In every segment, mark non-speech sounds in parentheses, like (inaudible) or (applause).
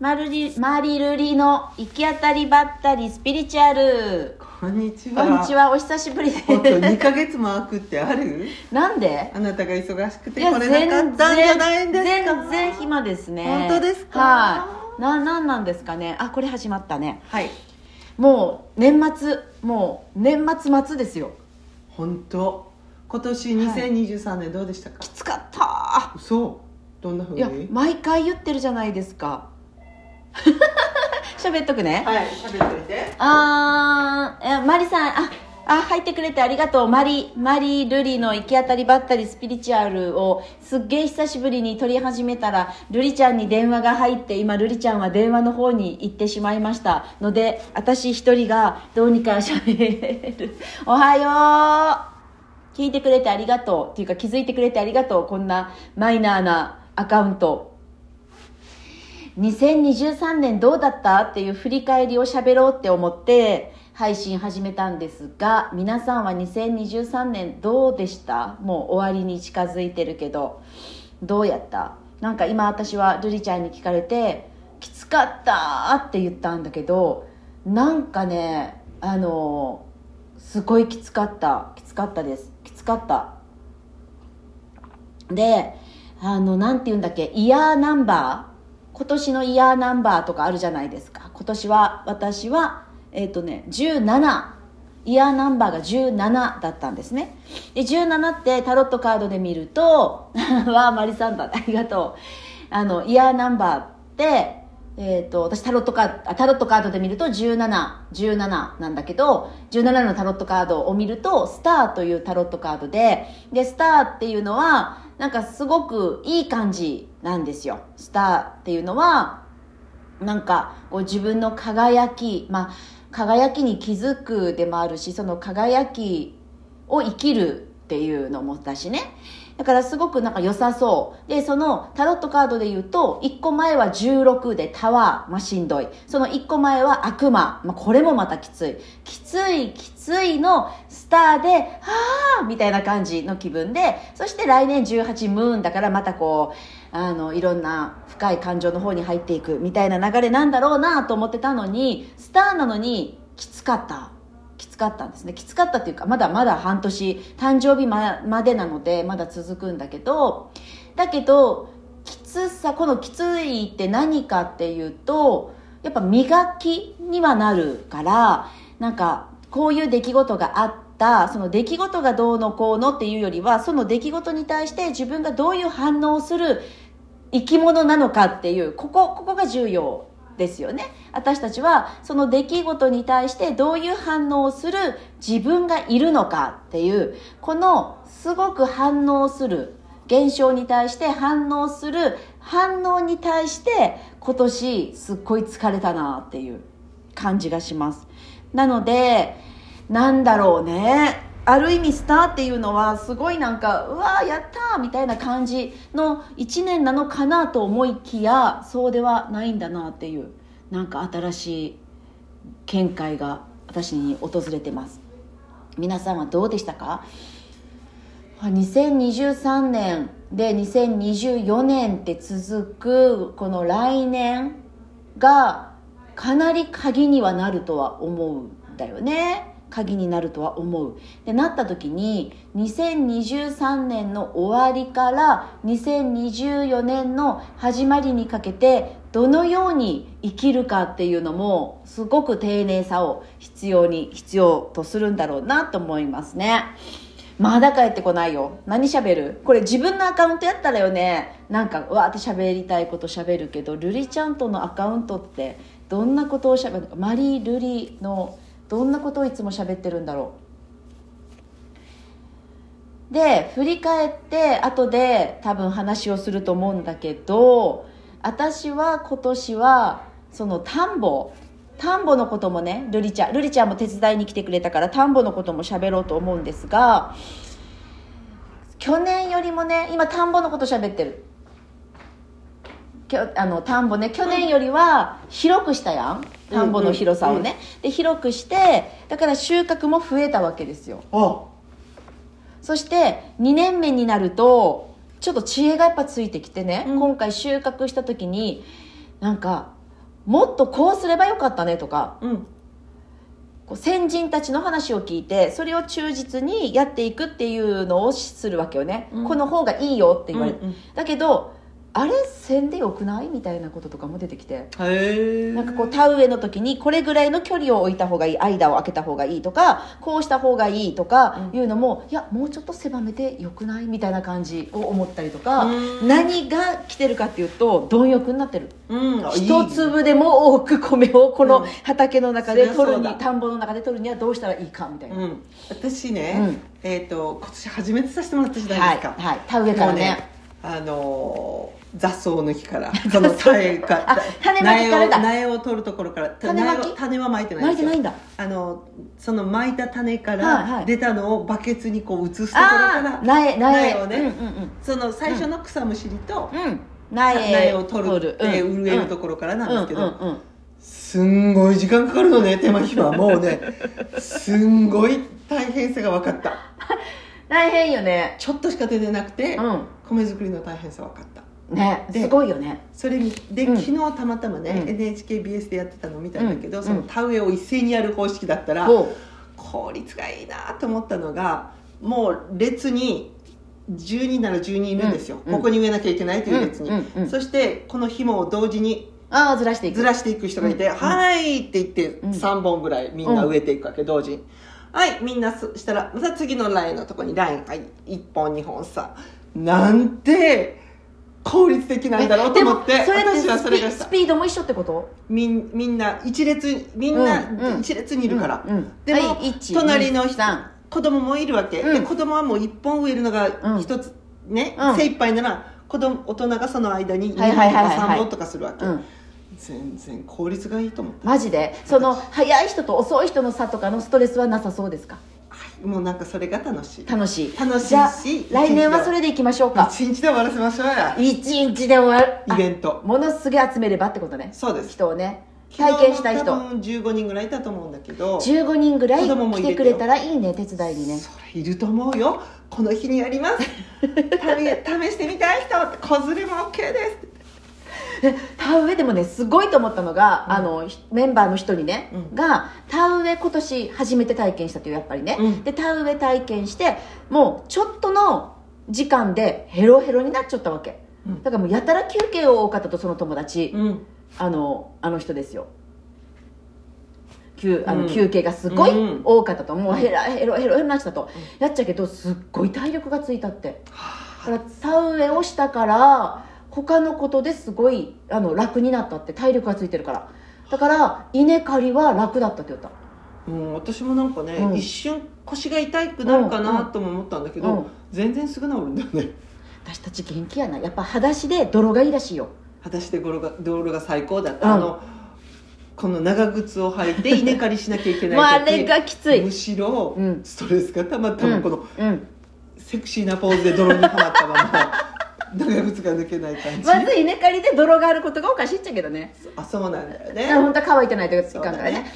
マルリマリルリの行き当たりばったりスピリチュアルこんにちこは。んにちはお久しぶりで本当す二ヶ月も空くってある？なんであなたが忙しくてい来れなかったんじゃないんですか？全然暇ですね本当ですかはいななんなんですかねあこれ始まったねはい。もう年末もう年末末ですよ本当。今年二千二十三年どうでしたか？きつかった嘘。どんな風いに？や毎回言ってるじゃないですか (laughs) 喋っとくねはい。喋っといて。あーえマリさんああ入ってくれてありがとうマリマリルリの行き当たりばったりスピリチュアルをすっげえ久しぶりに撮り始めたらルリちゃんに電話が入って今ルリちゃんは電話の方に行ってしまいましたので私一人がどうにかしゃべるおはよう聞いてくれてありがとうっていうか気づいてくれてありがとうこんなマイナーなアカウント2023年どうだったっていう振り返りを喋ろうって思って配信始めたんですが皆さんは2023年どうでしたもう終わりに近づいてるけどどうやったなんか今私は瑠璃ちゃんに聞かれて「きつかった」って言ったんだけどなんかねあのすごいきつかったきつかったですきつかったであのなんて言うんだっけイヤーナンバー今年のイヤーナンバーとかあるじゃないですか今年は私はえっ、とね17イヤーナンバーが17だったんですねで17ってタロットカードで見ると (laughs) わあマリさんだありがとうあのイヤーナンバーってえっ、と私タロットカードあタロットカードで見ると1717なんだけど17のタロットカードを見るとスターというタロットカードででスターっていうのはなんかすごくいい感じなんですよスターっていうのはなんかこう自分の輝きまあ輝きに気づくでもあるしその輝きを生きるっていうのもだしねだからすごくなんか良さそうでそのタロットカードで言うと1個前は16でタワー、まあ、しんどいその1個前は悪魔、まあ、これもまたきついきついきついのスターではあみたいな感じの気分でそして来年18ムーンだからまたこうあのいろんな深い感情の方に入っていくみたいな流れなんだろうなと思ってたのにスターなのにきつかったきつかったんですねきつかったっていうかまだまだ半年誕生日ままでなのでまだ続くんだけどだけどきつさこのきついって何かっていうとやっぱ磨きにはなるからなんかこういう出来事があったその出来事がどうのこうのっていうよりはその出来事に対して自分がどういう反応をする生き物なのかっていうここここが重要ですよね私たちはその出来事に対してどういう反応をする自分がいるのかっていうこのすごく反応する現象に対して反応する反応に対して今年すっごい疲れたなっていう感じがしますなのでなんだろうねある意味スターっていうのはすごいなんかうわーやったーみたいな感じの1年なのかなと思いきやそうではないんだなっていうなんか新しい見解が私に訪れてます皆さんはどうでしたかあ2023年で2024年って続くこの来年がかなり鍵にはなるとは思うんだよね鍵になるとは思うでなった時に2023年の終わりから2024年の始まりにかけてどのように生きるかっていうのもすごく丁寧さを必要に必要とするんだろうなと思いますね。まだ帰ってこないよ。何喋るこれ自分のアカウントやったらよね、なんか、わーって喋りたいこと喋るけど、ルリちゃんとのアカウントって、どんなことを喋るのか、マリー・ルリの、どんなことをいつも喋ってるんだろう。で、振り返って、後で多分話をすると思うんだけど、私は今年は、その田んぼ、田んぼのこともね、ルリちゃん、ルリちゃんも手伝いに来てくれたから、田んぼのことも喋ろうと思うんですが、去年よりもね今田んぼのこと喋ってるきょあの田んぼね去年よりは広くしたやん田んぼの広さをね、で広くしてだから収穫も増えたわけですよあ、そして2年目になるとちょっと知恵がやっぱついてきてね、うん今回収穫した時になんかもっとこうすればよかったねとかうんこう先人たちの話を聞いてそれを忠実にやっていくっていうのをするわけよね、うんこの方がいいよって言われて、うんうんだけどあれせんでよくないみたいなこととかも出てきてへえなんかこう田植えの時にこれぐらいの距離を置いた方がいい間を空けた方がいいとかこうした方がいいとかうんいうのも、いやもうちょっと狭めてよくないみたいな感じを思ったりとか、うん何が来てるかっていうと貪欲になってるうんあいい一粒でも多く米をこうのん畑の中でそりゃそう取だるに、田んぼの中で取るにはどうしたらいいかみたいな、うん私ね、えっ、と今年初めてさせてもらったじゃなはいい、ですか、はい、田植えからねあのー雑草抜 (laughs) きからその種かあ種まきからだ苗を苗を取るところから種まき苗は種はまいてない巻いてないんだだあのそのまいた種かはいはらい出たのをバケツにこう移すところから、ああー苗苗苗をねうんうんその最初の草むしりと、うんうん苗を取るってうん植えるところからなんですけど、うんうんうんすんごい時間かかるのね手間暇もうねすんごい大変さが分かった大変よねちょっとしか出てなくて、う米作りの大変さ分かったんねですごいよねそれで、うん昨日たまたまね、うん NHKBS でやってたの見たんだけど、うんその田植えを一斉にやる方式だったら、おう効率がいいなと思ったのがもう列に12なら12いるんですよ、うんここに植えなきゃいけないという列に、うんうんうんそしてこの紐を同時にああずらしていくずらしていく人がいて「うんはい」って言ってうん3本ぐらいみんな植えていくわけ、同時に。はいみんなそしたらまた次のラインのとこにラインが1本2本さなんて効率的なんだろうと思ってえでもそれって私はそれがしスピたスピードも一緒ってことみんみんな一列みんうんうなん一列にいるから、うんうんでも、はい一隣の人二三子供もいるわけ、うんで子供はもう1本植えるのうがん一つ、ね、うん精一杯なら子供大人がその間に2はい本とはいはいかはい3本とかするわけ、うん全然効率がいいと思ってマジでその早い人と遅い人の差とかのストレスはなさそうですかはいもうなんかそれが楽しい楽しい楽しいしじゃあ一日来年はそれでいきましょうか一日で終わらせましょうや一日で終わるイベンントものすげえ集めればってことねそうです人をね体験したい昨日も人多分15人ぐらいいたと思うんだけどそ15人ぐらい子供来も入れててくれたらいいね手伝いにねれいると思うよこの日にやります (laughs) 試試してみたい人子連れも OK ですで田植えでもねすごいと思ったのが、あのひメンバーの人にね、うんが田植え今年初めて体験したというやっぱりね、うんで田植え体験してもうちょっとの時間でヘロヘロになっちゃったわけ、うんだからもうやたら休憩を多かったとその友達、うんあのあの人ですよ休あの、うん休憩がすごいうん多かったと、もうヘラヘロヘロヘロになっちゃったと、やっちゃうけどすっごい体力がついたってだから田植えをしたから他のことですごいあの楽になったって体力がついてるからだから稲刈りは楽だったって言ったうん、私もなんかね、うん一瞬腰が痛くなるかなとも思ったんだけど、うん全然すぐ治るんだよね私たち元気やなやっぱ裸足で泥がいいらしいよ果たしてゴロが道路が最高だった、うんあのこの長靴を (laughs) 履いて稲刈りしなきゃいけない時もうあれがきついむしろうんストレスが溜まったう分、んこのうんセクシーなポーズで泥にはまったまま長靴が抜けない感じ、まず稲刈りで泥があることがおかしいっちゃけどねあそうなんだよだからね本当は乾いてないといかんからねね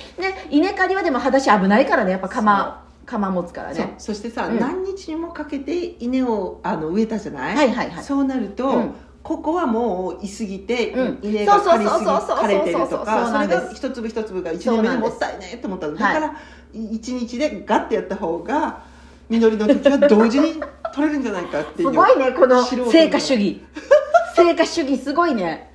稲刈りはでも裸足危ないからねやっぱ釜釜持つからそうねそしてさ、うん何日にもかけて稲をあの植えたじゃない、はいはいはいそうなると、うんここはもういすぎて、うん稲が枯れすぎそうそうそうそう枯れてるそうとそうかそうそなんれですが一粒一粒が一年目でもったいねと思ったのだから、一日でガッてやった方が実りの時は同時に取れるんじゃないかってすいうごいねこの素人成果主義成果主義すごいね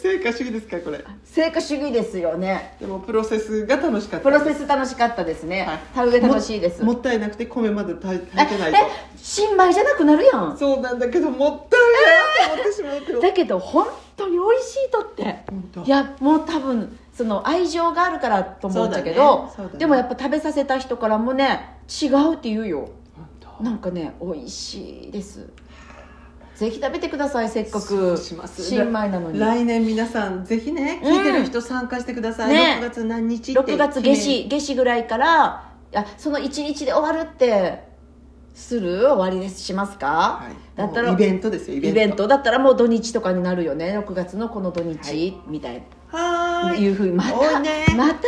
成果主義ですかこれ成果主義ですよねでもプロセスが楽しかったプロセス楽しかったですね、はい田植え楽しいですももったいなくて米まで炊いえ炊いてないとえ新米じゃなくなるやんそうなんだけどもったいないと思ってしまうけどだけど本当に美味しいとって本当いやもう多分その愛情があるからと思うんだけそうだどねそうだねでもやっぱ食べさせた人からもね違うって言うよ本当なんかね美味しいですぜひ食べてくださいせっかくそうします新米なのに来年皆さんぜひね聞いてる人参加してください、ね6月何日って6月下至下至ぐらいからいやその1日で終わるってする終わりですしますか、はいだったもらうイベントですよイイベベンントトだったらもう土日とかになるよね6月のこの土日、はいみたいな、はーいいうふうにま多た、いねまた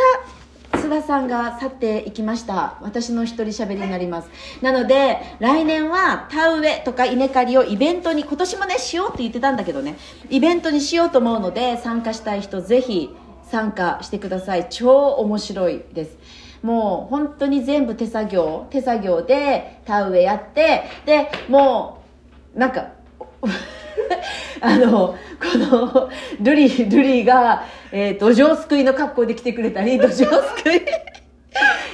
つ田さんが去っていきました私の一人喋りになりますなので来年は田植えとか稲刈りをイベントに今年もねしようって言ってたんだけどねイベントにしようと思うので参加したい人ぜひ参加してください超面白いですもう本当に全部手作業手作業で田植えやってでもうなんか (laughs) あのこのルリルリが、えー、土壌すくいの格好で来てくれたり土壌す (laughs) くい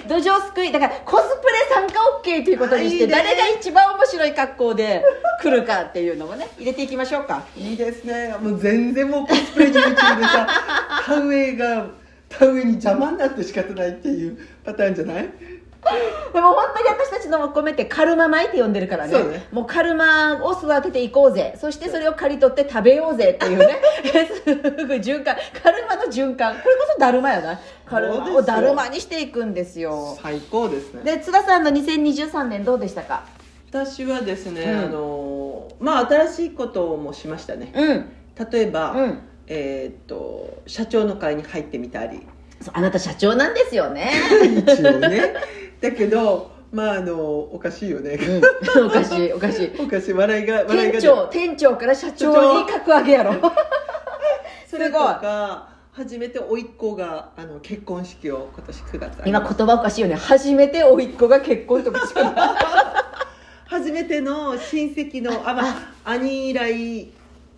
土壌すくいだからコスプレ参加 OK ということにしていいね誰が一番面白い格好で来るかっていうのもね入れていきましょうかいいですねもう全然もうコスプレに夢中で (laughs) さ田植えが田植えに邪魔になって仕方ないっていうパターンじゃないでも本当に私たちのも込めてカルマ米って呼んでるからねそうねもうカルマを育てていこうぜそしてそれを刈り取って食べようぜっていう (laughs) ね (laughs) すごい循環カルマの循環これこそだるまよなカルマそうをですよだるまにしていくんですよ最高ですねで津田さんの2023年どうでしたか私はですね、うんあのまあ新しいこともしましたねうん例えば、うんえーっと社長の会に入ってみたりそうあなた社長なんですよね一応ねだけどまああのおかしいよね (laughs) おかしいおかしいおかしい (laughs) 笑いが笑いが店長店長から社長に格上げやろそれとか初めて甥っ子があの結婚式を今年9月あり今言葉おかしいよね初めて甥っ子が結婚とかしかない初めての親戚のあ、まあ、兄以来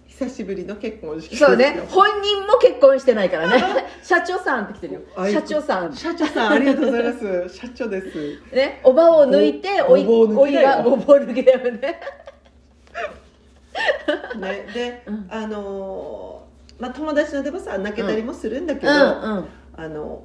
久しぶりの結婚式です (laughs) よそうね (laughs) 本人も結婚してないから (laughs) ね社長さんって来てるよあい社長さん社長さんありがとうございます社長ですねおばを抜いてごおいごぼおう抜きいがだよごぼう抜けだよねね (laughs) で、うんあのーまあ友達のでもさ泣けたりもするんだうけど、んうんあの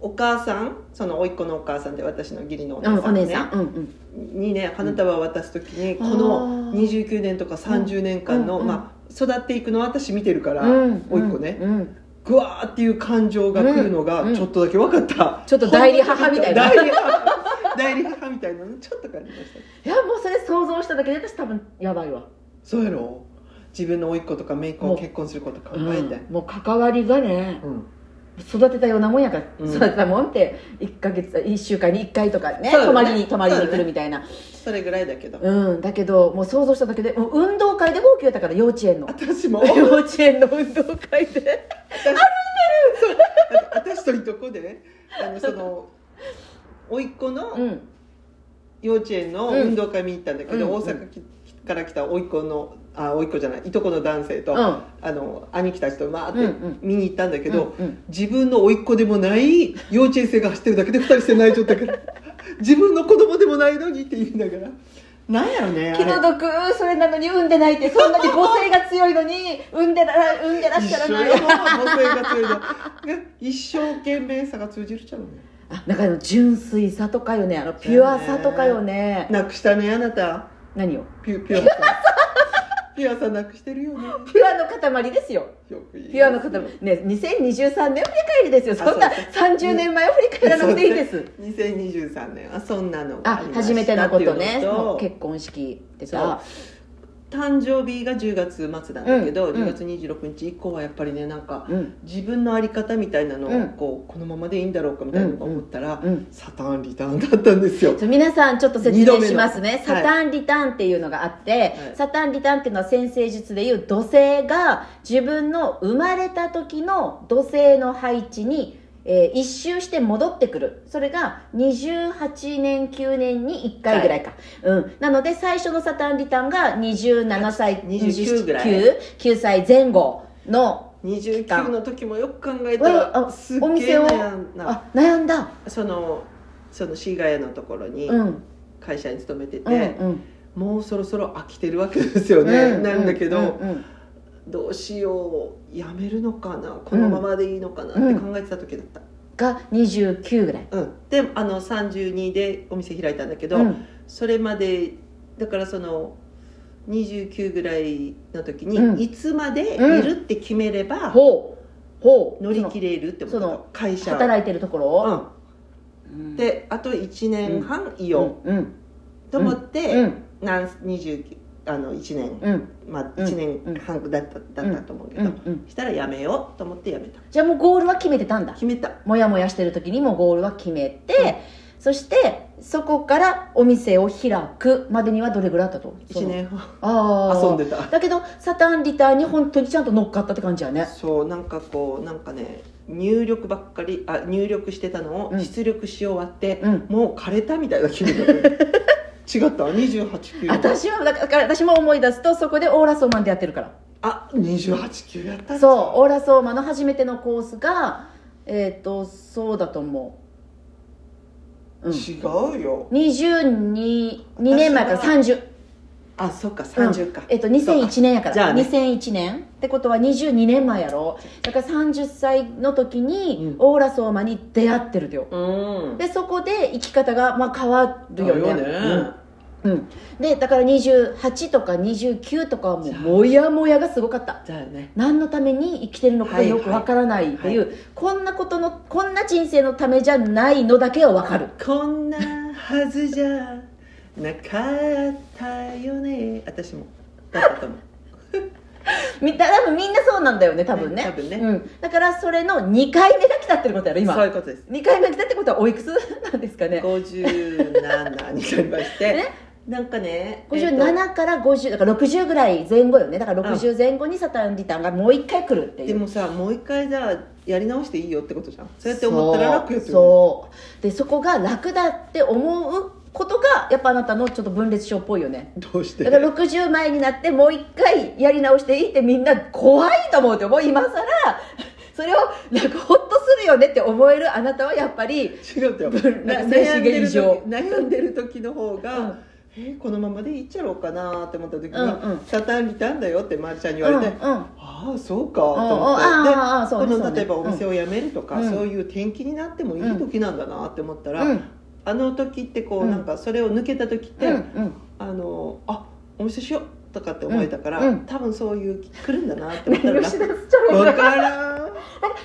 お母さんその甥っ子のお母さんで私の義理のお姉うさんん,、ねお姉さんうんうんにね花束を渡す時に、うんこあのー29年とか30年間の、うんうんまあ、育っていくのは私見てるから、うん甥っ子ね、うんぐわーっていう感情が来るのうんうがんちょっとだけ分かった、ちょっと代理母みたいな代理母 (laughs) 代理母みたいなのちょっと感じましたいやもうそれ想像しただけで私多分やばいわそうやろ自分の甥っ子とか姪っ子を結婚すること考えてうんもう関わりがねうん、育てたようなもんやから、うん育てたもんって1ヶ月1週間に1回とかねそうだね泊まりに泊まりそにう来だるねみたいなそれぐらいだけど、うんだけどもう想像しただけでもう運動会で号泣やったから幼稚園の私も (laughs) 幼稚園の運動会であ私といとこであのその甥っ子のん幼稚園の運動会見に行ったんだけど、うん大阪きから来た甥っ子のあ甥っ子じゃないいとこの男性と、うんあの兄貴たちとまあってうんうん見に行ったんだけど、うんうん自分の甥っ子でもない幼稚園生が走ってるだけで2人して泣いちゃっ (laughs) たから自分の子供でもないのにって言いながらなんやろねあ気れの毒それなのに産んでないってそんなに母性が強いのに産んでら産んでらっ一しゃら緒なやいもう生活 (laughs) の一生懸命さが通じるちゃうねあなんかあの純粋さとかよねあのピュアさとかよねなくしたねあなた何よピュピュア (laughs) さんピュアさなくしてるよねピュアの塊ですよよく言いますピュアの塊ね2023年振り返りですよそんなあそう30年前を振り返らなくていいです2023年はそんなのがありました初めてのことねっていうのと結婚式ってそうさ誕生日が10月末なんだけど、うん10月26日以降はやっぱりねなんか、うん自分の在り方みたいなのを、うんこうこのままでいいんだろうかみたいなのが思ったら、うんうんサターンリターンだったんですよちょ皆さんちょっと説二度明目のしますねはサいターンリターンっていうのがあって、いサターンリターンっていうのは先生術でいう土星が自分の生まれた時の土星の配置に、えー一周して戻ってくるそれが28年9年に1回ぐらいか、うん、なので最初のサターンリターンが27歳29ぐらい9歳前後の29の時もよく考えたわらあすっおげ店えを悩んだあ悩んだそのその市街のところにうん会社に勤めてて、うんうんもうそろそろ飽きてるわけですよね、うなんだけど、うんうんどうしようやめるのかなこのままでいいのかなって考えてた時だった、が29ぐらいうんであの32でお店開いたんだけど、うんそれまでだからその29ぐらいの時に、うんいつまでいるって決めれば、ほうほう乗り切れるって思そったの会社働いてるところうん、であと1年半ういんようんうと思って、うんなん29あの1年、うんまあ、うん1年半だった,、だったと思うけど、うんうんしたらやめようと思ってやめたじゃあもうゴールは決めてたんだ決めたもやもやしてる時にもゴールは決めて、そしてそこからお店を開くまでにはどれぐらいだったと1年半ああ遊んでただけどサターンリターンに本当にちゃんと乗っかったって感じやね (laughs) そうなんかこうなんかね入力ばっかりあ入力してたのうをん出力し終わって、うんもう枯れたみたいな気分だった (laughs) 違った28級私はだから私も思い出すとそこでオーラソーマンでやってるからあ28級やったそうオーラソーマンの初めてのコースがえっ、とそうだと思う、うん、違うよ22 2年前から30あそっか30か、うんえっと2001年やからじゃあね2001年ってことは22年前やろだから30歳の時にうんオーラ相馬に出会ってるよ、うんでそこで生き方がまあ変わるよねだうんうんでだから28とか29とかはもうモヤモヤがすごかったじゃあね何のために生きてるのかよくわからないっていう、はこんなことのこんな人生のためじゃないのだけはわかるこんなはずじゃなかったよね私もだったと思うみた多分みんなそうなんだよね多分ね多分ねうん、だからそれの2回目が来たってことやろ今そういうことです2回目来たってことはおいくつ (laughs) なんですかね57になりまして、ねなんかねえ57から50だから60ぐらい前後よねだからん60前後にサターンリターンがもう1回来るってっといでうもさもう一回じゃあやり直していいよってことじゃんそうやって思ったら楽よってそうことそうでそこが楽だって思うことがやっぱあなたのちょっと分裂症っぽいよねどうしてだから60前になってもう1回やり直していいってみんな怖いと思うと思う今更それをなんかホッとするよねって思えるあなたはやっぱり違うってよ分ななんか精悩ん神でる現時象悩んでる時の方が、うんえーこのままでいいっちゃろうかなって思った時に、うんうんサタンリターンだよってまるちゃんに言われて、うんうんああそうかと思っうんうんてでああそうねこそうのね例えばお店を辞めるとか、うんそういう転機になってもいい時なんだなって思ったら、うんあの時ってこう、うんなんかそれを抜けた時って、うんうんあのあお店しようとかって思えたから、うんうん多分そういう来るんだなって思ったら (laughs) 吉田楽さんちょろいわからんだ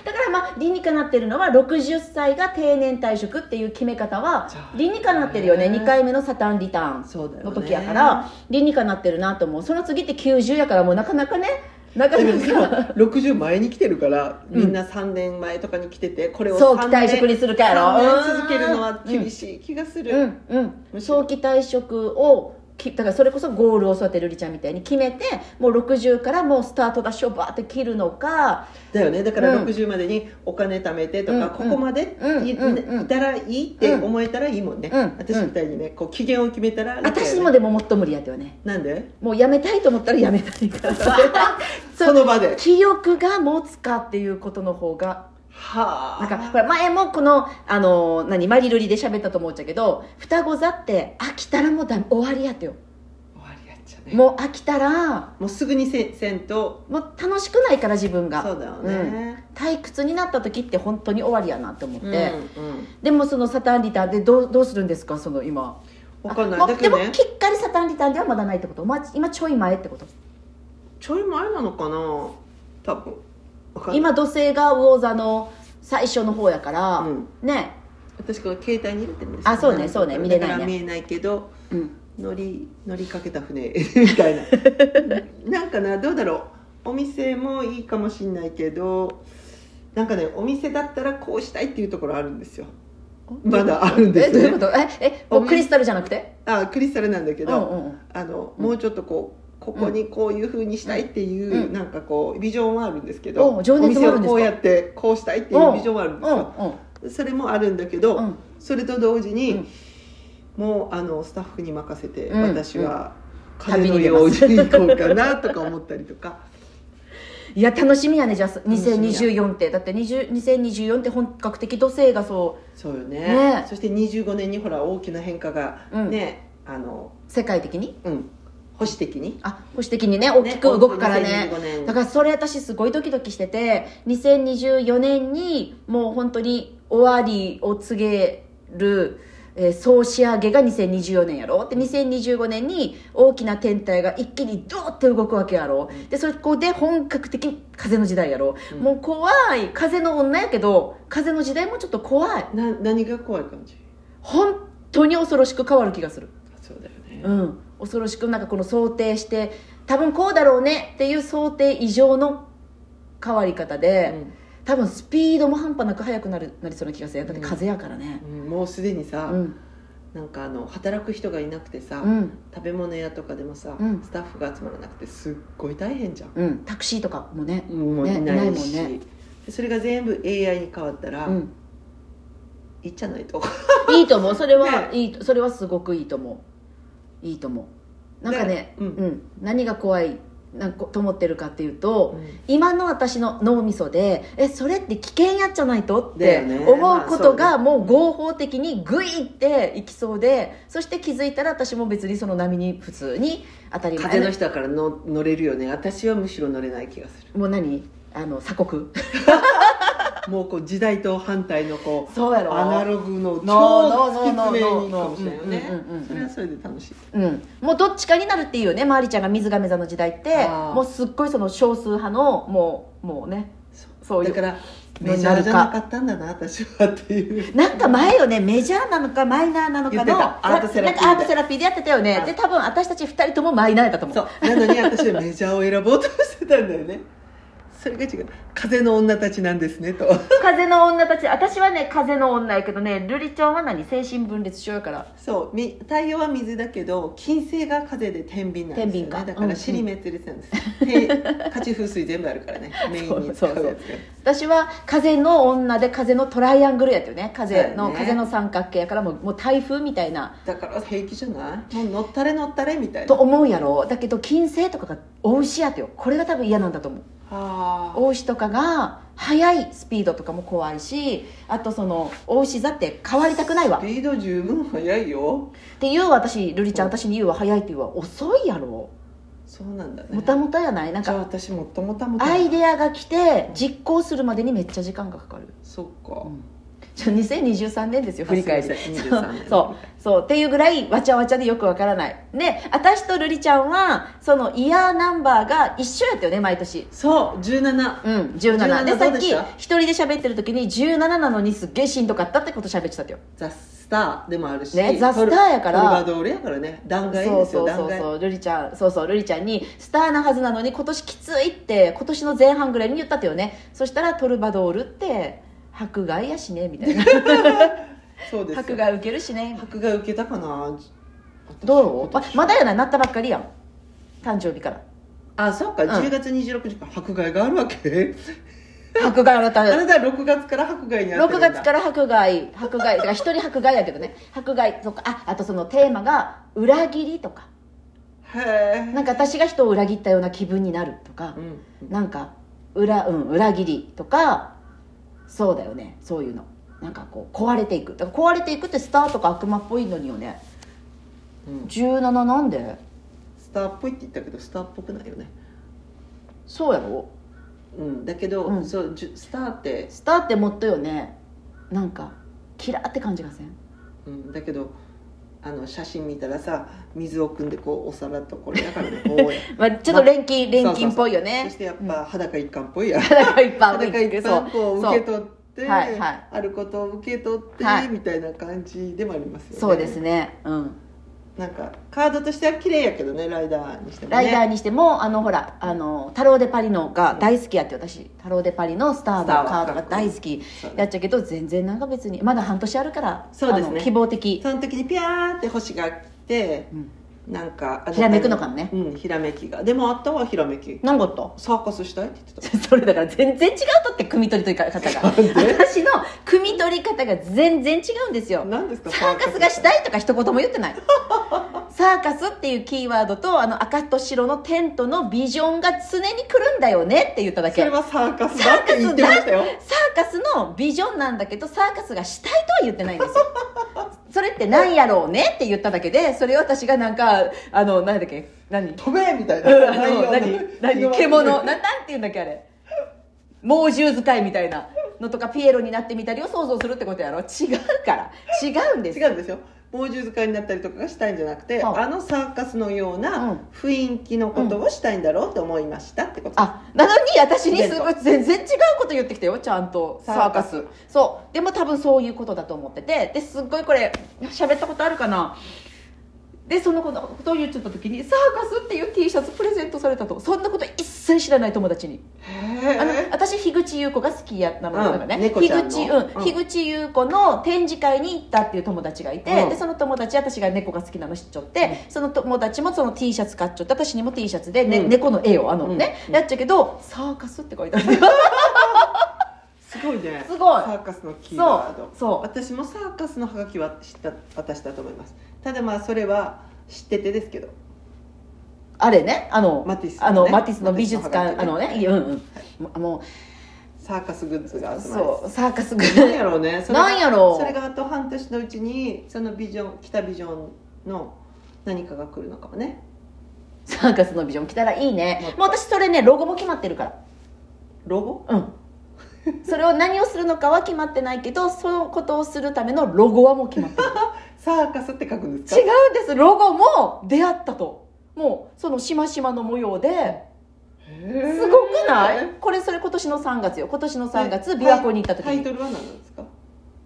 だからまあ理にかなってるのは60歳が定年退職っていう決め方はじゃあ理にかなってるよねね2回目のサタンリターンそうだよねの時やから理にかなってるなと思うその次って90やからもうなかなかねなかでなもかさ60前に来てるからうんみんな3年前とかに来ててこれを早期3退年職にするかやろ3年続けるのはうん厳しい気がする、うんうんむしろ早期退職をきだからそれこそゴールを育てるりちゃんみたいに決めてもう60からもうスタートダッシュをバーって切るのかだよねだからうん60までにお金貯めてとか、うんうんここまでい,、うんうんいたらいいって思えたらいいもんね、うん私みたいにねこう期限を決めたら楽やね私もでももっと無理やったよねなんでもうやめたいと思ったらやめたいから (laughs) その場で記憶が持つかっていうことの方がはあなんかほら前もこのあの何マリルリで喋ったと思っちゃうけど双子座って飽きたらもうだ終わりやってよ終わりやっちゃねももう飽きたらうすぐにせせんともう楽しくないから自分がそうだよんね、退屈になった時って本当に終わりやなと思って、うんうんでもそのサタンリターンでどうどうするんですかその今わかんないあもうだけどでねもきっかりサタンリターンではまだないってこと、まあ、今ちょい前ってことちょい前なのかな多分わかんない今土星が魚座の最初の方やから、うんね私これ携帯に入れてるんですあそうねそうね見れないねだから見えないけどうん乗り乗りかけた船 (laughs) み (laughs) たいななんかなどうだろうお店もいいかもしんないけどなんかねお店だったらこうしたいっていうところあるんですよまだあるんですえどういよ、うね、ことええもうクリスタルじゃなくてあクリスタルなんだけうど、んうんうんあのもうちょっとこうここにこういう風にしたいっていうう、んなんかこうビジョンはあるんですけど、お情熱もあるんですかお店をこうやってこうしたいっていうビジョンはあるんですよ、うそれもあるんだけど、うんそれと同時に、うんもうあのスタッフに任せて、うん私は旅風に出のま用す事に行こうかなとか思ったりとかんいや楽しみやねじゃあみや2024ってだって20 2024って本格的土星がそう (laughs) そうよねねそして25年にほら大きな変化がうんね、あの世界的にうん保守的にあ保守的にね大きく動くからね2025年だからそれ私すごいドキドキしてて2024年にもう本当に終わりを告げる、えー総仕上げが2024年やろで2025年に大きな天体が一気にドーって動くわけやろでそこで本格的に風の時代やろ、うんもう怖い風の女やけど風の時代もちょっと怖いな何が怖い感じ本当に恐ろしく変わる気がするそうだよね、うん恐ろしくなんかこの想定して多分こうだろうねっていう想定以上の変わり方で、多分スピードも半端なく速くなるなりそうな気がするだって風やからねうんもうすでにさ、うんなんかあの働く人がいなくてさ、うん、食べ物屋とかでもさ、うんスタッフが集まらなくてすっごい大変じゃん、うん、タクシーとかもねもういないしいないもんでそれが全部 AI に変わったら、うん、いいじゃないといいと思うそれはねいいとそれはすごくいいと思ういいと思うなんかねね、うんうん、何が怖いなんかと思ってるかっていうと、うん今の私の脳みそでえそれって危険やっちゃないとっだてよね思うことまがあもう合法的にグイっていきそうでそして気づいたら私も別にその波に普通に当たり前風の人だからの乗れるよね私はむしろ乗れない気がすもう何あの鎖 (laughs) 国るもうこう時代と反対のこそうやうろアナログの超突き詰めにいいかもしれないよねうんうんうんうんそれはそれで楽しいうん、もうどっちかになるっていうよねまりちゃんが水亀座の時代ってあーもうすっごいその少数派のもうもうねそういうだからどうメジなャるかーじゃなかったんだな私はっていうなんか前よねメジャーなのかマイナーなの言かってのたアートセなラピーでんかアートセラピーでやってたよねはいで多分私たち2人ともマイナーやったと思うそうなのに私はメジャーを選ぼうとしてたんだよねそれが違う風の女たちなんですねと風の女たち私はね風の女やけどね瑠璃ちゃんは何精神分裂症やからそうみ太陽は水だけど金星が風で天秤なんですよ、ね、天秤かだうかんうんら尻滅裂なん (laughs) です、で家中風水全部あるからねメインに使うやつそうそがう私は風の女で風のトライアングルやったよね風そのうやね風の三角形やからもうもう台風みたいなだから平気じゃないもう乗ったれ乗ったれみたいとな思うやろだけど金星とかが大牛やったよこれが多分嫌なんだと思うあー大牛とかが速いスピードとかも怖いしあとその大牛座って変わりたくないわスピード十分速いよって言う私瑠璃ちゃん私に言うは早いって言うは遅いやろそうなんだねもたもたやないなんじゃあか私もともたもたアイデアが来て実行するまでにめっちゃ時間がかかるそっか、うんじゃあ2023年ですよ振り返りあすいません23年そうそうっていうぐらいわちゃわちゃでよくわからないで私と瑠璃ちゃんはそのイヤーナンバーが一緒やったよね毎年そう17うん17 17でさっきどうでした一人で喋ってる時に17なのにすっげえしんどかったってこと喋ってたってよザ・スターでもあるし、ねザスターやからトルバドールやからね断崖そうですそようそう断崖そうルリちゃんそうそうルリちゃんにスターなはずなのに今年きついって今年の前半ぐらいに言ったってよねそしたらトルバドールって迫害やしねみたいなそうですよ迫害受けるしね迫害受けたかなどうあまだやななったばっかりやん誕生日 (laughs) からあそっか、ん10月26日から迫害があるわけ迫害あなたあなた6月から迫害にあって6るんだ月から迫害迫害だから一人迫害やけどね迫害とかああとそのテーマが裏切りとかへえなんか私が人を裏切ったような気分になるとかう、んなんか裏,、うん、裏切りとかそうだよねそういうのなんかこう壊れていくだから壊れていくってスターとか悪魔っぽいのによねうん17なんでスターっぽいって言ったけどスターっぽくないよねそうやろうんだけど、うんそうじゅスターって、スターってもっとよねなんかキラーって感じがせんうん、だけどあの写真見たらさ水を汲んでこうお皿とこれだ (laughs) からねこうやまあ、ちょっと錬金そう錬そうそう金っぽいよそねしてやっぱ裸一貫っぽいやん裸いっぱい裸一そ貫こううそ受けう取って、はいはいあることを受け取って、はいみたいな感じでもありますよねそうですねうんなんかカードとしては綺麗やけどねライダーにしてもねライダーにしてもあのほらあの太郎デパリのが大好きやって私太郎デパリのスターのカードが大好きそうやっちゃうけど全然なんか別にまだ半年あるからそうですねあの希望的、その時にピャーって星が来てうん、なんかひらめくのかもねうんひらめきがでもあったわひらめき何事サーカスしたいって言って (laughs) それだから全然違うとって汲み取りという方が私の汲み取り方が全然違うんですたよ何ですかサーカスがしたいとか一言も言って (laughs) ないサーカスっていうキーワードとあの赤と白のテントのビジョンが常に来るんだよねって言っただそけれはサーカスだって言ってましたよサーカスのビジョンなんだけどサーカスがしたいとは言ってないんです (laughs) よそれってなんやろうねって言っただけでそれを私がなんかあの何だっけ何飛べみたいなうんあの (laughs) 内容何何獣ななんて言うんだっけあれ猛獣使いみたいなのとかピエロになってみたりを想像するってことやろ違うから違うんです違うんですよ猛獣使いになったりとかがしたいんじゃなくて、はいあのサーカスのよううなん雰囲気のことをしたいんだろうと思いましたってこと、あなのに私にすごい全然違うこと言ってきたよちゃんとササーーカカススそうでも多分そういうことだと思っててですっごいこれ喋ったことあるかなでその子のことを言っちゃった時に「サーカス」っていう T シャツプレゼントされたとそんなこと一切知らない友達にあのへ私樋口優子が好きやなのだからね、うん猫樋ちゃんの口うんうん樋口優子の展示会に行ったっていう友達がいて、うんでその友達私が猫が好きなの知っちゃって、その友達もその T シャツ買っちゃって私にも T シャツで、ねうん猫の絵をあのね、うんやっちゃうけど「サーカス」って書いてあるすごいねすごいサーカスのキーそワうードそう私もサーカスのハガキは知った私だと思いますただまあそれは知っててですけど (laughs) あれねあのマティスのねあのマティスの美術館、マあティスののハガキねねいやうんうんもうもサーカスグッズがう集まるそうサーカスぐなんやらいろうねそれがなんやろうそれがあと半年のうちにそのビジョン来たビジョンの何かが来るのかもねサーカスのビジョン着たらいいねもっともう私それねロゴも決まってるからロゴうん (laughs) それを何をするのかは決まってないけどそのことをするためのロゴはもう決まってるサーカスって書くんで (laughs) す違かうんですロゴも出会ったともうそのしましまの模様ですすごくないこれそれ今年の3月よ今年の3月琵琶湖に行った時タイにトルは何なんですか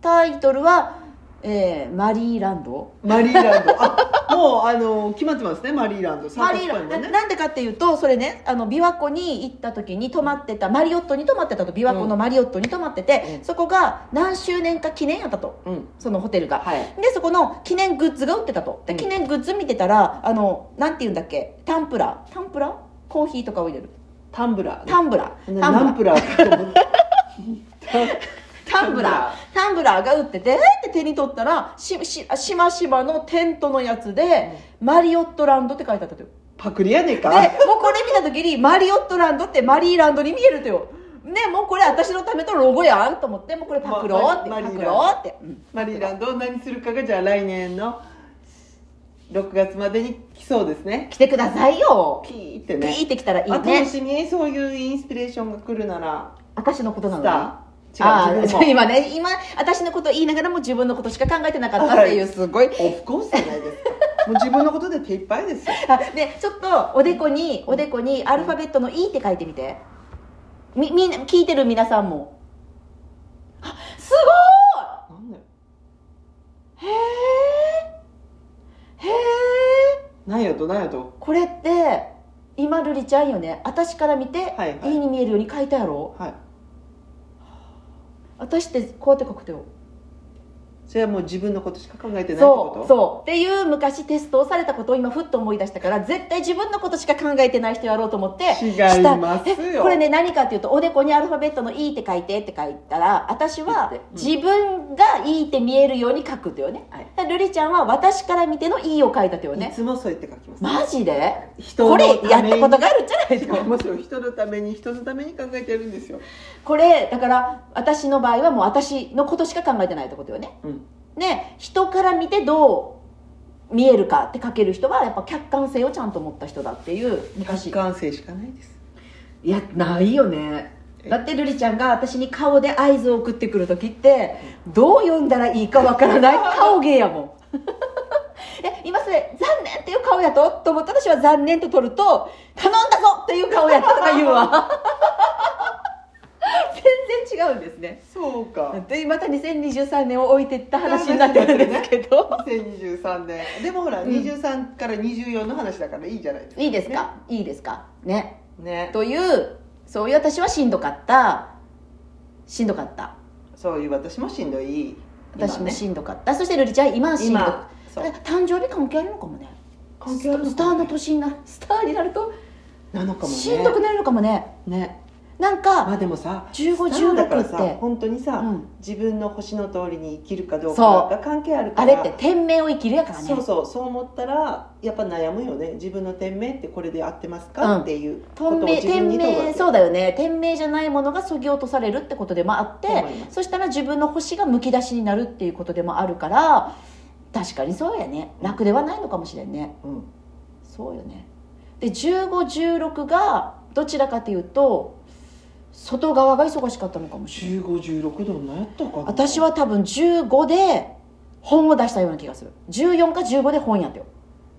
タイトルは、えーマリーランド」マリーランドあもうあの決まってますねマリーランドサーマカリスーっぽラいンもドんねなんでかっていうとそれねあの琵琶湖に行った時に泊まってたマリオットに泊まってたと琵琶湖のマリオットに泊まってて、うんそこが何周年か記念やったとうんそのホテルが、はいでそこの記念グッズが売ってたとでうん記念グッズ見てたらあのなんていうんだっけタンプラータンプラーコーヒーとかを入れるタンブラータンブラーねタナンンブラープラーかと思ったタンブラータンブラーが売っててえーって手に取ったらしししましまのテントのやつで、マリオットランドって書いてあったとよパクリやねんでかもうこれ見た時にマリオットランドってマリーランドに見えるとよねもうこれ私のためのロゴやんと思ってもうこれパクローって、まマリパーランドクローって、うんマリーランドを何するかがじゃあ来年の6月までに来そうですね来てくださいよピーってピねーってきたらいいあ楽ねしみそういうインスピレーションが来るなら私のことなスのにタあー違う自あ分も今ね今私のこと言いながらも自分のことしか考えてなかったっていうはいすごいオフコースじゃないですかもう自分のことで手いっぱいですよあでちょっとおでこにおでこにアルファベットの E って書いてみてみみんな聞いてる皆さんもあすなんだよごいへえへえなんやとなんやとこれって今瑠璃ちゃんよね私から見て、はいはい E に見えるように書いたやろはい私ってこうやって書くとよそれはもう自分のことしか考えてないってそこうとそうっていう昔テストをされたことを今ふっと思い出したから絶対自分のことしか考えてない人やろうと思って違いますしよたえこれね何かっていうとおでこにアルファベットの「E」って書いてって書いたら私は言ってうん自分が「E」って見えるように書くとよね、はいだから瑠璃ちゃんは私から見ての「E」を書いたとよいねつもそう言って書きますマジで人このれためにやったことがあるんじゃないしのかもむしろ人のために人のために考えてるんですよ、これだから私の場合はもう私のことしか考えてないってことよねうん、ね人から見てどう見えるかって書ける人はやっぱ客観性をちゃんと持った人だっていう昔客観性しかないですいやないよねえだって瑠璃ちゃんが私に顔で合図を送ってくる時ってどう読んだらいいかわからない顔芸やもん (laughs) え今それ「残念」っていう顔やとと思って私は「残念」と取ると「頼んだぞ!」っていう顔やったとか言う (laughs) わ全然違うんですねそうかでまた2023年を置いてった話になってるんですけど2023年でもほら、うん23から24の話だからいいじゃないですかいいですか、いいですかねねというそういう私はしんどかったしんどかったそういう私もしんどい私もんしんどかった、そして瑠璃ちゃん今はしんど今かったそう誕生日関係あるのかもね関係あるスターの年になるスターになるとなのかもねしんどくなるのかもねねなんまあかでもさ1516だからっさて本当にさ、うん自分の星の通りに生きるかどうそうかが関係あるかあられって天命を生きるやからねそうそうそう思ったらやっぱ悩むよね自分の天命ってこれで合ってますか、うんっていうことを天命自分天に問うわ命けそうだよね天命じゃないものがそぎ落とされるってことでもあって思いますそしたら自分の星がむき出しになるっていうことでもあるから確かにそうやね楽ではないのかもしれんねうんそうよねで1516がどちらかというと外側が忙しかったのかもしれない1516度何やったかな私は多分15で本を出したような気がする14か15で本やってよ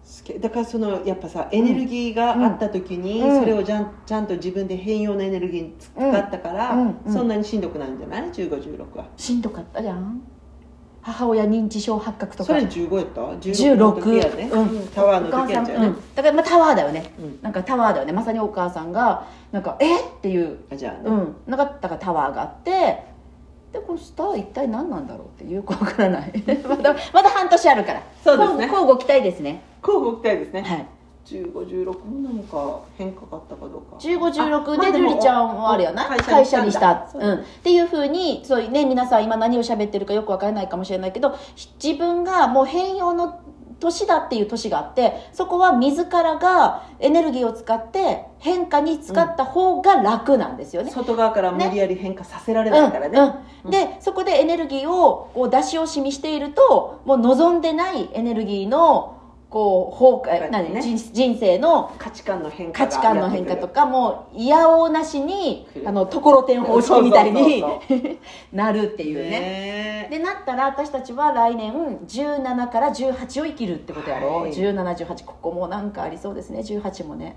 すげえだからそのやっぱさエネルギーがあった時に、うんそれをじゃんちゃんと自分で変容のエネルギーに使ったから、うんうんそんなにしんどくないんじゃない1516はしんどかったじゃん母親認知症発覚とそかれ15やった16 16の時やね、うんタワーのお母さ時やん、ったようね、ん、だから、まあ、タワーだよねうんなんかタワーだよねまさにお母さんがなんか「えっ?」ていうあじゃあね、うん、なかったからタワーがあってでこのスター一体何なんだろうっていうかわからない (laughs) まだまだ半年あるからそうですね交互交互期待ですね交互期待ですね、はい1516なのか変化があったかどうか1516あまあででルもリちゃんはあれやな会社会社にしたそううだん、っていうふうにそう、ね、皆さん今何を喋ってるかよくわからないかもしれないけど自分がもう変容の年だっていう年があってそこは自らがエネルギーを使って変化に使った方が楽なんですよね、外側から無理やり変化させられないからねうんうん、でそこでエネルギーをこう出し惜しみしているともう望んでないエネルギーのこう崩壊、はい何ね人人生の価値観の変化価が値観の変化とかかもう嫌おうなしに来るあのところてん方式みたいにそうなるっていうねねでなったら私たちは来年17から18を生きるってことやろ、はい1718ここもなんかありそうですね18もね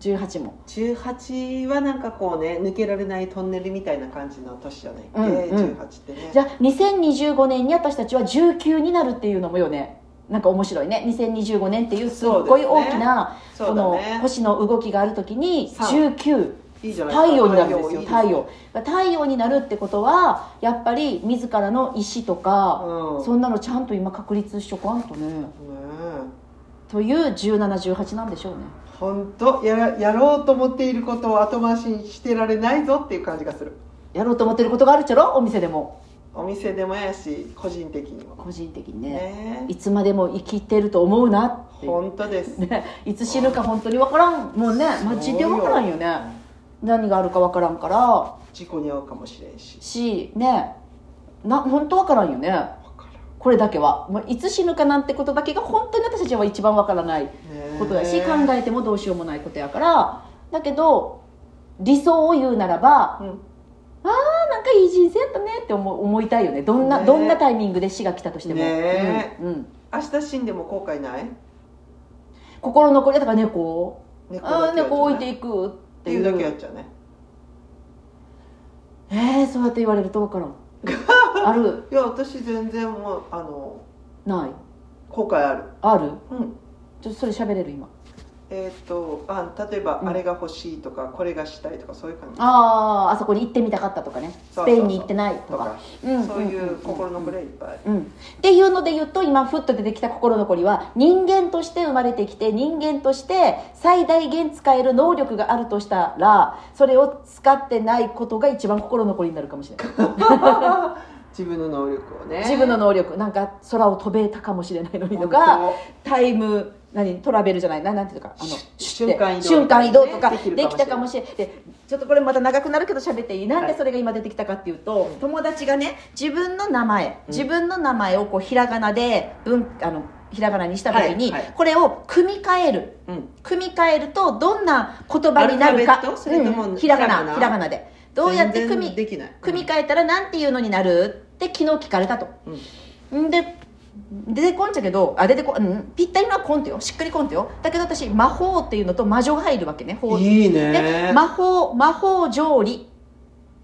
18も18はなんかこうね抜けられないトンネルみたいな感じの年じゃないっけ、うんうん18ってねじゃあ2025年に私たちは19になるっていうのもよねなんか面白いね2025年っていうすっごい大きなそこうだのね星の動きがある時にさあ19いいじゃない太陽になるんですよい太い陽太陽になるってことはやっぱり自らの石とかうんそんなのちゃんと今確立しとかんとねねという1718なんでしょうねえ本当やらやろうと思っていることを後回しにしてられないぞっていう感じがするやろうと思ってることがあるっちゃろお店でもお店でもやし個人的にも個人的にねねえいつまでも生きてると思うなっていう本当ですね、いつ死ぬか本当に分からんもうね街で分からんよね何があるか分からんから事故に遭うかもしれんししねな本当分からんよね分かこれだけはもういつ死ぬかなんてことだけが本当に私たちは一番分からないらんねえことやし考えてもどうしようもないことやからだけど理想を言うならばうんあなんかいい人生やったねって思思いたいよねどんなねどんなタイミングで死が来たとしても、ねうんうん明日死んでも後悔ない心残りだから猫猫ああだけやっちゃうね猫置いていくっってていいううだけやっちゃうねえー、そうやって言われると分からん (laughs) あるいや私全然もうあのない後悔あるあるうんちょっとそれ喋れる今えーっとあ例えば、うんあれが欲しいとかこれがしたいとかそういう感じあああそこに行ってみたかったとかねスそうペそうそうインに行ってないととかかうんそういう心のれいっぱいあるうん、っていうので言うと今ふっと出てきた心残りは人間として生まれてきて人間として最大限使える能力があるとしたらそれを使ってないことが一番心残りになるかもしれない (laughs) 自分の能力をね自分の能力なんか空を飛べたかもしれないのにとか本タイム何トラベルじゃないななんていうかあのし瞬間移動瞬間移動とかできるでかもしれないきたかもしれないでちょっとこれまた長くなるけど喋っていいなんはでいそれが今出てきたかっていうと、友達がね自分の名前うん自分の名前をこうひらがなで文あのひらがなにした時に、はいはいこれを組み替える当うん組み替えるとどんな言葉になるかアルファベットそれともうんひらがなひらがなひらがなでどうやって組全然みできない組み替えたらなんていうのになるって昨日聞かれたと。うんんで出てこんじゃけどあ出てこんうんぴったりのはコンテよしっくりコンテよだけど私魔法っていうのと魔女が入るわけね法いいでね魔法魔法条理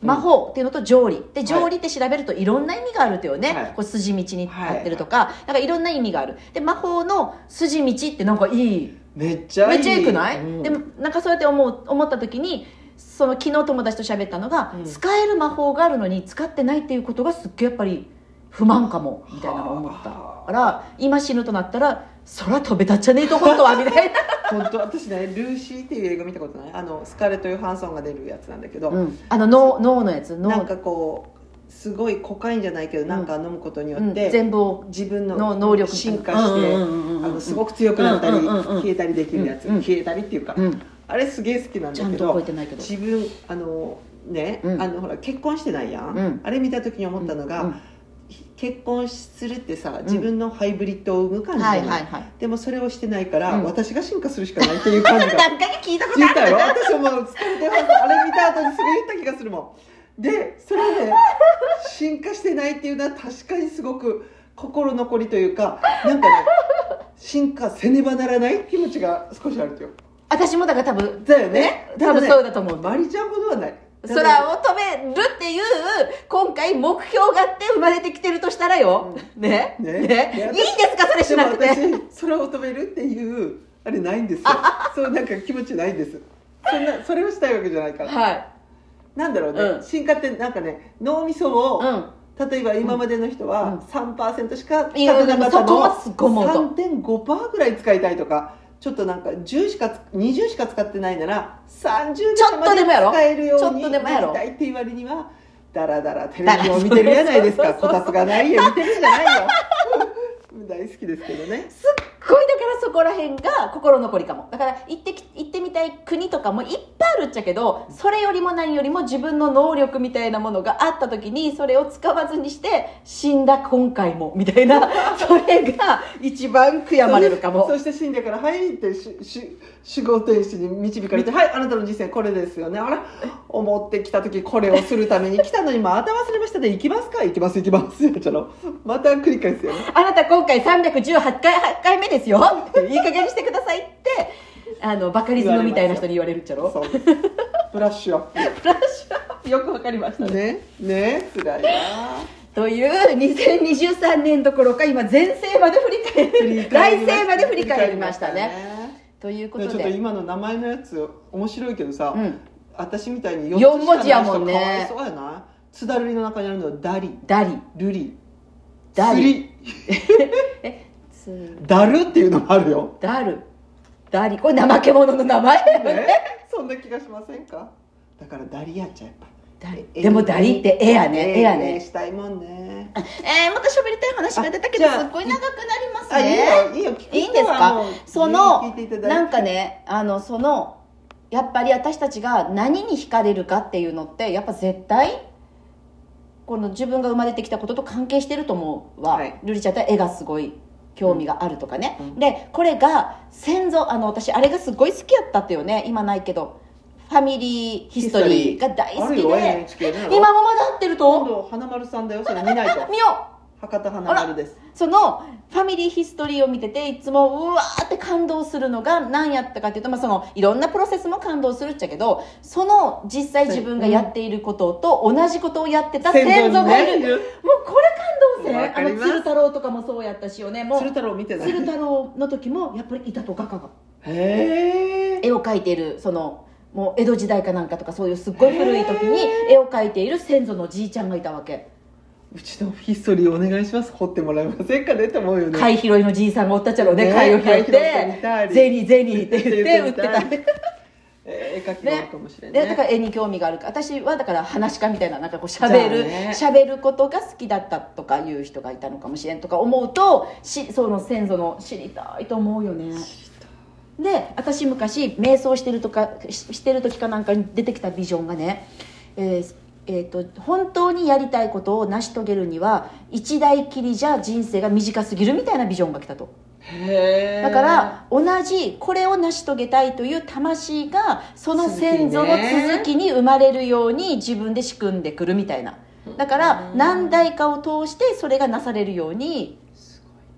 魔法っていうのと条理でい条理って調べるといろんな意味があるっていうね、はいこう筋道になってるとか、なんかいろんな意味があるで魔法の筋道ってなんかいいめっちゃいめいっちゃ良くない、うんでもなんかそうやって思う思った時にその昨日友達と喋ったのが、うん使える魔法があるのに使ってないっていうことがすっげえやっぱり不満かもみたいなのを思ったはあから今死ぬとなったら空飛べたっちゃねえとことはみたいな、本当私ね「ルーシー」っていう映画見たことないあのスカーレット・ヨハンソンが出るやつなんだけど、うん、あの脳脳のやつ脳なんかこうすごいコカインじゃないけど、なんか飲むことにようんって、全部を自分のの能力みたいな進化しうてあんうんうんうんうんのすごく強くなったり、うんうんうんうん消えたりできるやつ、うんうん消えたりっていうか、うんあれすげえ好きなんちだゃけんと超どえてないけど自分あのね、うんあのほら結婚してないやん、うんあれ見た時に思ったのが、うん結婚するってさ自分のハイブリッドを生む感じじゃはないいはいはいでもそれをしてないから、うん私が進化するしかないってい (laughs) う感じが何回か聞いたこと言っあたるよ私もう疲れてるはずあれ見た後にすごい言った気がするもんでそれで進化してないっていうのは確かにすごく心残りというかなんかね進化せねばならない気持ちが少しあるとよ私もだから多分だよね多分ねそうだと思うマリちゃんほどはない空を飛べるっていう今回目標があって生まれてきてるとしたらよ、ねねねいねいんですかそれしでなもくて私空を飛べるっていうあれない (laughs) んですよそうなんか気持ちないんですそんなそれをしたいわけじゃないからはいなんだろうね、うん進化ってなんかね脳みそを、うん例えば今までのう人んは3%しか使っいやてなかでっもそたこのをはすごい思うと3.5%ぐらい使いたいとかちょっとなんか10しかつ20しか使ってないなら30ちょっとでもやろ使えるようちょっとにでもやなろりたいって言われにはだらだらテレビを見てるやないですかだらそこうそうそうたつがないや見てるんじゃないよ (laughs) 大好きですけどねすっごいだからそこら辺が心残りかもだから行ってき行ってみたい国とかもいっぱいあるっちゃけどそれよりも何よりも自分の能力みたいなものがあった時にそれを使わずにして死んだ今回もみたいな (laughs) それが一番悔やまれるかもそして死んでから「はい」ってしし守護天使に導かれて「はいあなたの人生これですよねあら思ってきた時これをするために来たのにまた忘れましたで行きますか行きます行きます」やっちゃろまた繰り返すよねあなた今回318回8回目ですよいい加減にしてくださいってあのバカリズムみたいな人に言われるっちゃろそうですブラッシュアッフラッシュアップよくわかりましたプねねねつらいなという2023年どころか今前世まで振り返る来世まで振り返りましたねというこねとちょっとで今の名前のやつ面白いけどさ、うん私みたいに四4文文字字ややももんんねねかわいそうやな津だるりの中にあるのはダリダリルリダスリリえつダルっていうのもあるよ。ダルダリこれ怠け者の名前ね、 (laughs) そんな気がしませんか。だからダリやっちゃやっぱ。ダリでもダリって絵やね絵やねしたいもんね。えー、また喋りたい話が出たけどあじすゃあっごい長くなりますあ、いいねよ、いいよ。聞く人はいいんですかもうその聞いていただいてなんか。ねあのそのやっぱり私たちが何に惹かれるかっていうのってやっぱ絶対この自分が生まれてきたことと関係してると思うわ、はいルリちゃんって絵がすごい興味があるとかね、うんでこれが先祖あの私あれがすごい好きやったってよね今ないけどファミリーヒストリーが大好あきるでよ NHK ね。今もまだ合ってる今と度花丸さんだよ。それ見ないと。見よう博多花丸です。そのファミリーヒストリーを見てていつもうわーって感動するのが何やったかっていうと、まあ、そのいろんなプロセスも感動するっちゃけどその実際自分がやっていることと同じことをやってた先祖がいる、先祖ねもうこれ感動せんわあかのります鶴太郎とかもそうやったしよねも鶴う太郎見てない。鶴太郎の時もやっぱり板戸画家がへえ。絵を描いているそのもう江戸時代かなんかとかそういうすっごい古い時に絵を描いている先祖のじいちゃんがいたわけうちのヒストリーお願いします。掘ってもらえませんかねって思うよね。貝拾いのじいさんがおったっちゃろうねね貝を拾っ貝拾ってみたて「ゼニりーゼニー」って言って売ってた言ってみえー絵描きのかもしれなでい。だから絵に興味があるか私はだから話し家みたいななんかこうしゃべるじゃあねしることが好きだったとかいう人がいたのかもしれんとか思うとしその先祖の知りたいと思うよねで私昔瞑想してるとかししてる時かなんかに出てきたビジョンがね、えーえーと本当にやりたいことを成し遂げるには一代きりじゃ人生が短すぎるみたいなビジョンが来たと。へーだから同じこれを成し遂げたいという魂がその先祖の続きに生まれるように自分で仕組んでくるみたいなだから何代かを通してそれがなされるように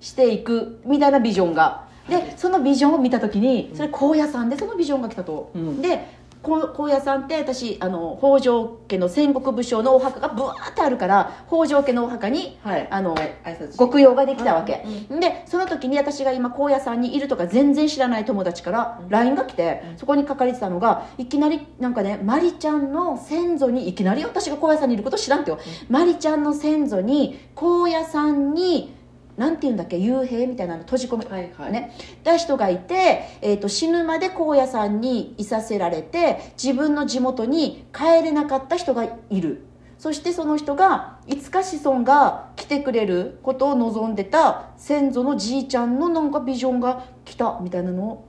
していくみたいなビジョンがでそのビジョンを見た時にそれ高野山でそのビジョンが来たと、うんでこ高野山って私あの北条家の戦国武将のお墓がブワーってあるから北条家のお墓にはい。あの挨拶し極用ができたわけ、でその時に私が今高野山にいるとか全然知らない友達から LINE が来て、そこに書かれてたのがいきなりなんかね「マリちゃんの先祖にいきなり私が高野山にいること知らんってよ、マリちゃんの先祖に高野山になんて言うんだっけ幽閉みたいなの閉じ込め、はいはいね、だ人がいて、えー、と死ぬまで高野山にいさせられて自分の地元に帰れなかった人がいるそしてその人がいつか子孫が来てくれることを望んでた先祖のじいちゃんのなんかビジョンが来たみたいなのを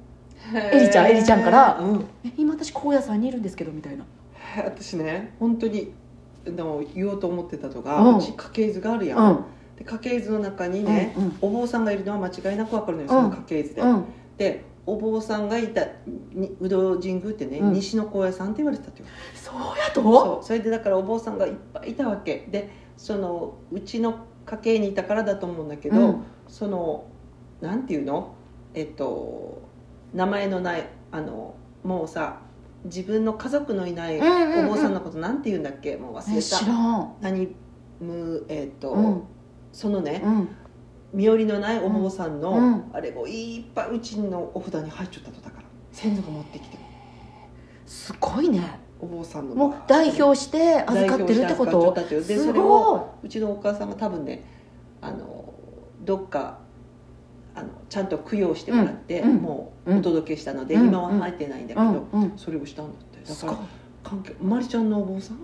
エリちゃんエリちゃんからうん、 「え今私高野山にいるんですけど」みたいな私ね本当にでも言おうと思ってたとが、うんうち家系図があるや、うんんで家系図の中にね、うんうんお坊さんがいるのは間違いなく分かるのよ、うんその家系図で、うんでお坊さんがいたに有働神宮ってね、うん西の高野山って言われてたってよそうやとそうそれでだからお坊さんがいっぱいいたわけでそのうちの家系にいたからだと思うんだけど、うんそのなんていうのえっと名前のないあのもうさ自分の家族のいないうんうんうんお坊さんのことなんて言うんだっけもう忘えれ知たらん何むえっ、と、うんそのねうん身寄りのないお坊さんの、うんあれもいっぱいうちのお札に入っちゃったとだから先祖が持ってきてすごいねお坊さんのもう代表して預かってるってこ代と表して預かっちゃったっていうですそれをごいうちのお母さんが多分ねあのどっかあのちゃんと供養してもらって、うんうんもううんお届けしたので、うん今は入ってないんだけど、うんうんそれをしたんだってだすかごいら関係まりちゃんのお坊さん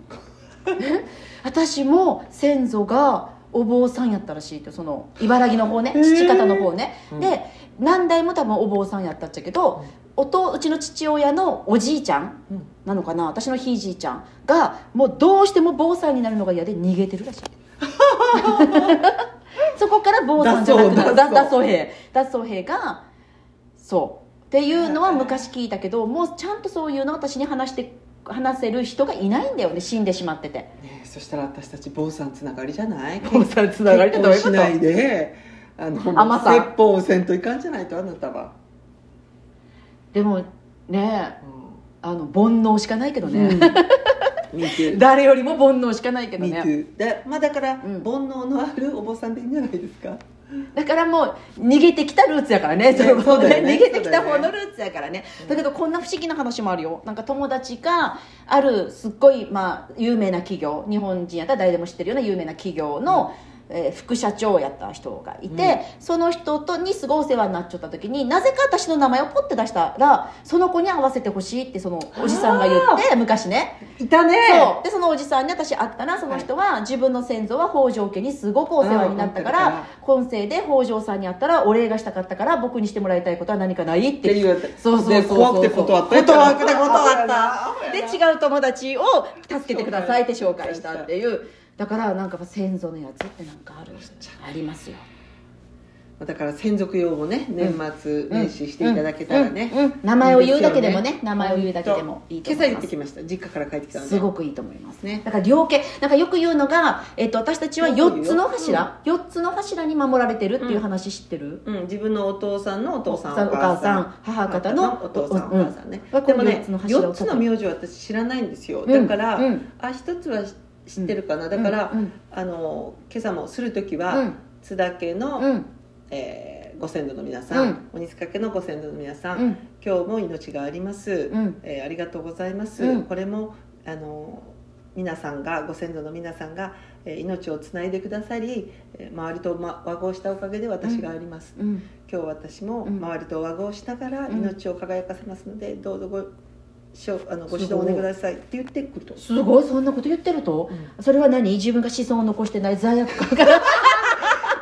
私も先祖がお坊さんやったらしいってその茨城の方ね父方の方ね、うんで何代も多分お坊さんやったっちゃけど、うんおとうちの父親のおじいちゃんうんなのかな私のひいじいちゃんがもうどうしても坊さんになるのが嫌で逃げてる (laughs) らしいそこから坊さんじゃなくなる脱走脱走兵脱走兵がそうっていうのは昔聞いたけどもうちゃんとそういうの私に話して話せる人がいないんだよね死んでしまっててねえそしたら私たち坊さんつながりじゃ (laughs) ない坊さんつながりってどういうこと結婚しないであの甘さ説法をせんといかんじゃないとあなたは、でもねうあの煩悩しかないけどんうね、ん見てる誰よりも煩悩しかないけど Me ね too だ,、まあ、だから、うん煩悩のあるお坊さんでいいんじゃないですかだからもう逃げてきたルーツやからねねそれもそうだよね逃げてきたそ方うだのよルーツやからねうんだけどこんな不思議な話もあるよなんか友達があるすっごい、まあ、有名な企業日本人やったら誰でも知ってるような有名な企業の、えー副社長やった人がいて、その人とにすごいお世話になっちゃった時になぜか私の名前をポッて出したらその子に会わせてほしいってそのおじさんが言って昔ねいたねそうでそのおじさんに私会ったらその人は自分の先祖は北条家にすごくお世話になったかうんうんら今世で北条さんに会ったらお礼がしたかったから僕にしてもらいたいことは何かないっってて言われてそうそうそうそうで怖くて断った断 (laughs) って断ったでで違う友達を助けてくださいって紹介したっていうだからなんか先祖のやつってなんかあるありますよだから専属用もね年末年始していただけたらね、うんうんうん名前を言うだけでもね名前を言うだけでもいいと今思朝い行っまてすきました実家から帰ってきたのですごくいいと思いますねだから両家なんかよく言うのが、えっと、私たちは4つの柱、四つの柱に守られてるっていう話知ってる、うん、自分のお父さんのお父さんお母さん母方のお父さんおうん母さんね、うんでもねこの四つの柱を4つの名字は私知らないんですよ、うんだから、うんあ一つは知ってるかな、だから、うんあの今朝もする時うは、ん津田家の、うんえーご先祖の皆さん、うん鬼塚家のご先祖の皆さん、うん今日も命があります、うんえーありがとうございます、うんこれもあの皆さんがご先祖の皆さんが、えー命をつないでくださり、えー周りと、ま、和合したおかげで私があります、うん今日私もうん周りと和合しながらうん命を輝かせますので、どうぞごしょあのご指導お願いくださいって言ってくると、すごいそんなこと言ってると、それは何自分が子孫を残してない罪悪 (laughs) 感が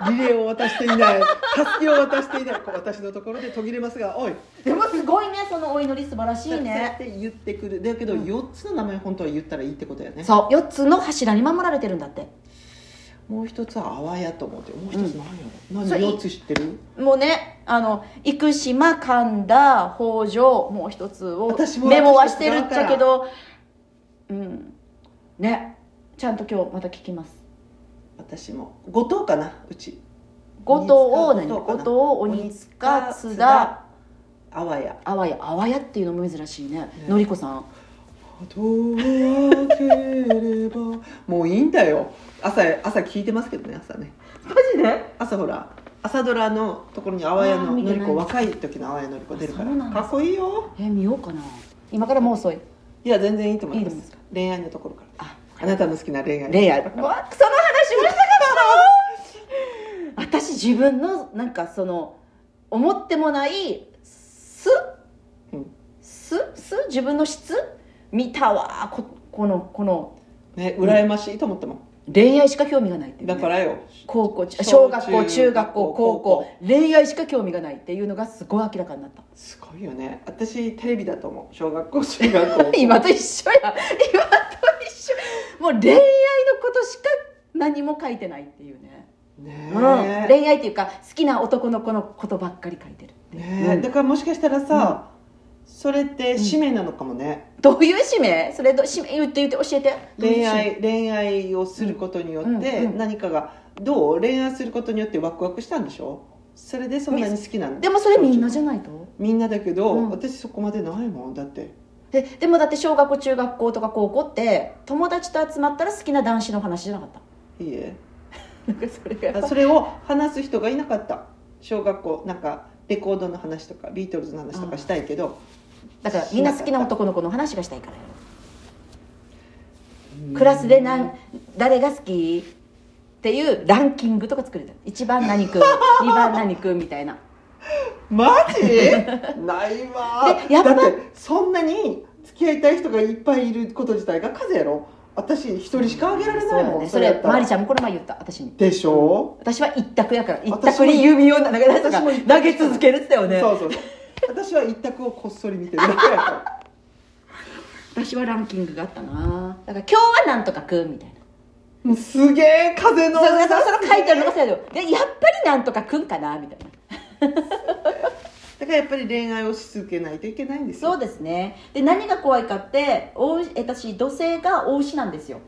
リレーを渡していない助けを渡していないこう私のところで途切れますが「おい!」でもすごいねそのお祈り素晴らしいねそうやって言ってくるだけどうん4つの名前本当は言ったらいいってことやねそう4つの柱に守られてるんだってもう一つは「あわや」と思ってもう一つ何やろ、それ何4つ知ってるもうねあの生島神田北条もう一つを私もメモはしてるっちゃけどうんねちゃんと今日また聞きます私も五島かなうち後藤を何鬼後塚後藤藤鬼塚津田あわやあわやあわやっていうのも珍しいねねのりこさんどうけれ (laughs) ばもういいんだよ朝朝聞いてますけどね朝ねマジで朝ほら朝ドラのところにあわやあーの見てのないりこ若い時のあわやのりこ出るかあそうならんだかっこいいよえ見ようかな今からもう遅いいや全然いいと思いまいいすですか恋愛のところからああなたの好きな恋愛レイヤーうわその話もしたかった私自分のなんかその思ってもないすうんすす自分の質見たわここのこのね羨ましいと思ったもん、恋愛しか興味がないっていうね、だからよ高校ち小小学校中中学校高高校校恋愛しか興味がないっていうのがすごい明らかになったすごいよね私テレビだと思う小学校中学 (laughs) 校今と一緒や今と一緒もう恋愛のことしか何も書いてないっていうね、ねうん、え、恋愛っていうか好きな男の子のことばっかり書いてるっていうねえうんだからもしかしたらさ、それって使命なのかもね、どういう使命それど使命言って言って教えて恋愛恋愛をすることにようんっうんてうん何かがどう恋愛することによってワクワクしたんでしょそれでそんなに好きなのでもそれみんなじゃないとみんなだけど、うん私そこまでないもんだってででもだって小学校中学校とか高校って友達と集まったら好きな男子の話じゃなかったいいえなんかそれがやっぱあそれを話す人がいなかった小学校なんかレコードの話とかビートルズの話とかしたいけどだからみんな好きな男の子の話がしたいからよクラスでうん何誰が好きっていうランキングとか作れた一番何 (laughs) 君二番何君みたいなマジ (laughs) ないわでやっぱだってそんなに付き合いたい人がいっぱいいること自体が数やろ私一人しかあげられそうないだもんねそれやマっリたちゃんもこの前言った私にでしょ、私は一択やから一私択もに弓を投げ出すとか私も一択投げ続けるってよねそうそうそう私は一択をこっそり見てるだけやから私はランキングがあったなだから今日はなんとか君みたいなうんすげえ風のそうそうそうその書いてあるのがそうやででやっぱりなんとか君かなみたいなだからやっぱり恋愛をし続けないといけないんですよそうですねで何が怖いかっておうえ私土星が大牛なんですよ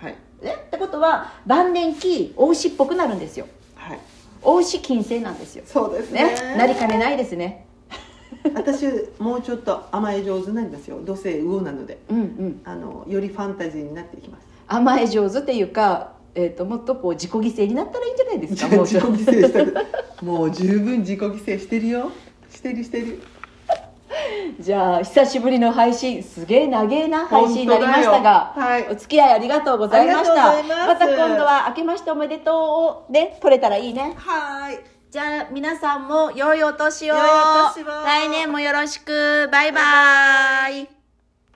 はいえってことは晩年期大牛っぽくなるんですよはい大牛金星なんですよそうですねねなりかねないですね私もうちょっと甘え上手になりますよ土星魚なのでうんうんあのよりファンタジーになっていきます甘え上手っていうか、えー、ともっとこう自己犠牲になったらいいんじゃないですかもうち自ょ己っと犠牲したくもう十分自己犠牲してるよしてるしてるじゃあ久しぶりの配信すげえ長えな配信になりましたが、本当だよはいお付き合いありがとうございましたありがとうございまますた今度は「明けましておめでとう」をね取れたらいいねはーいじゃあ皆さんも良いお年を良いお年を来年もよろしくバイバイ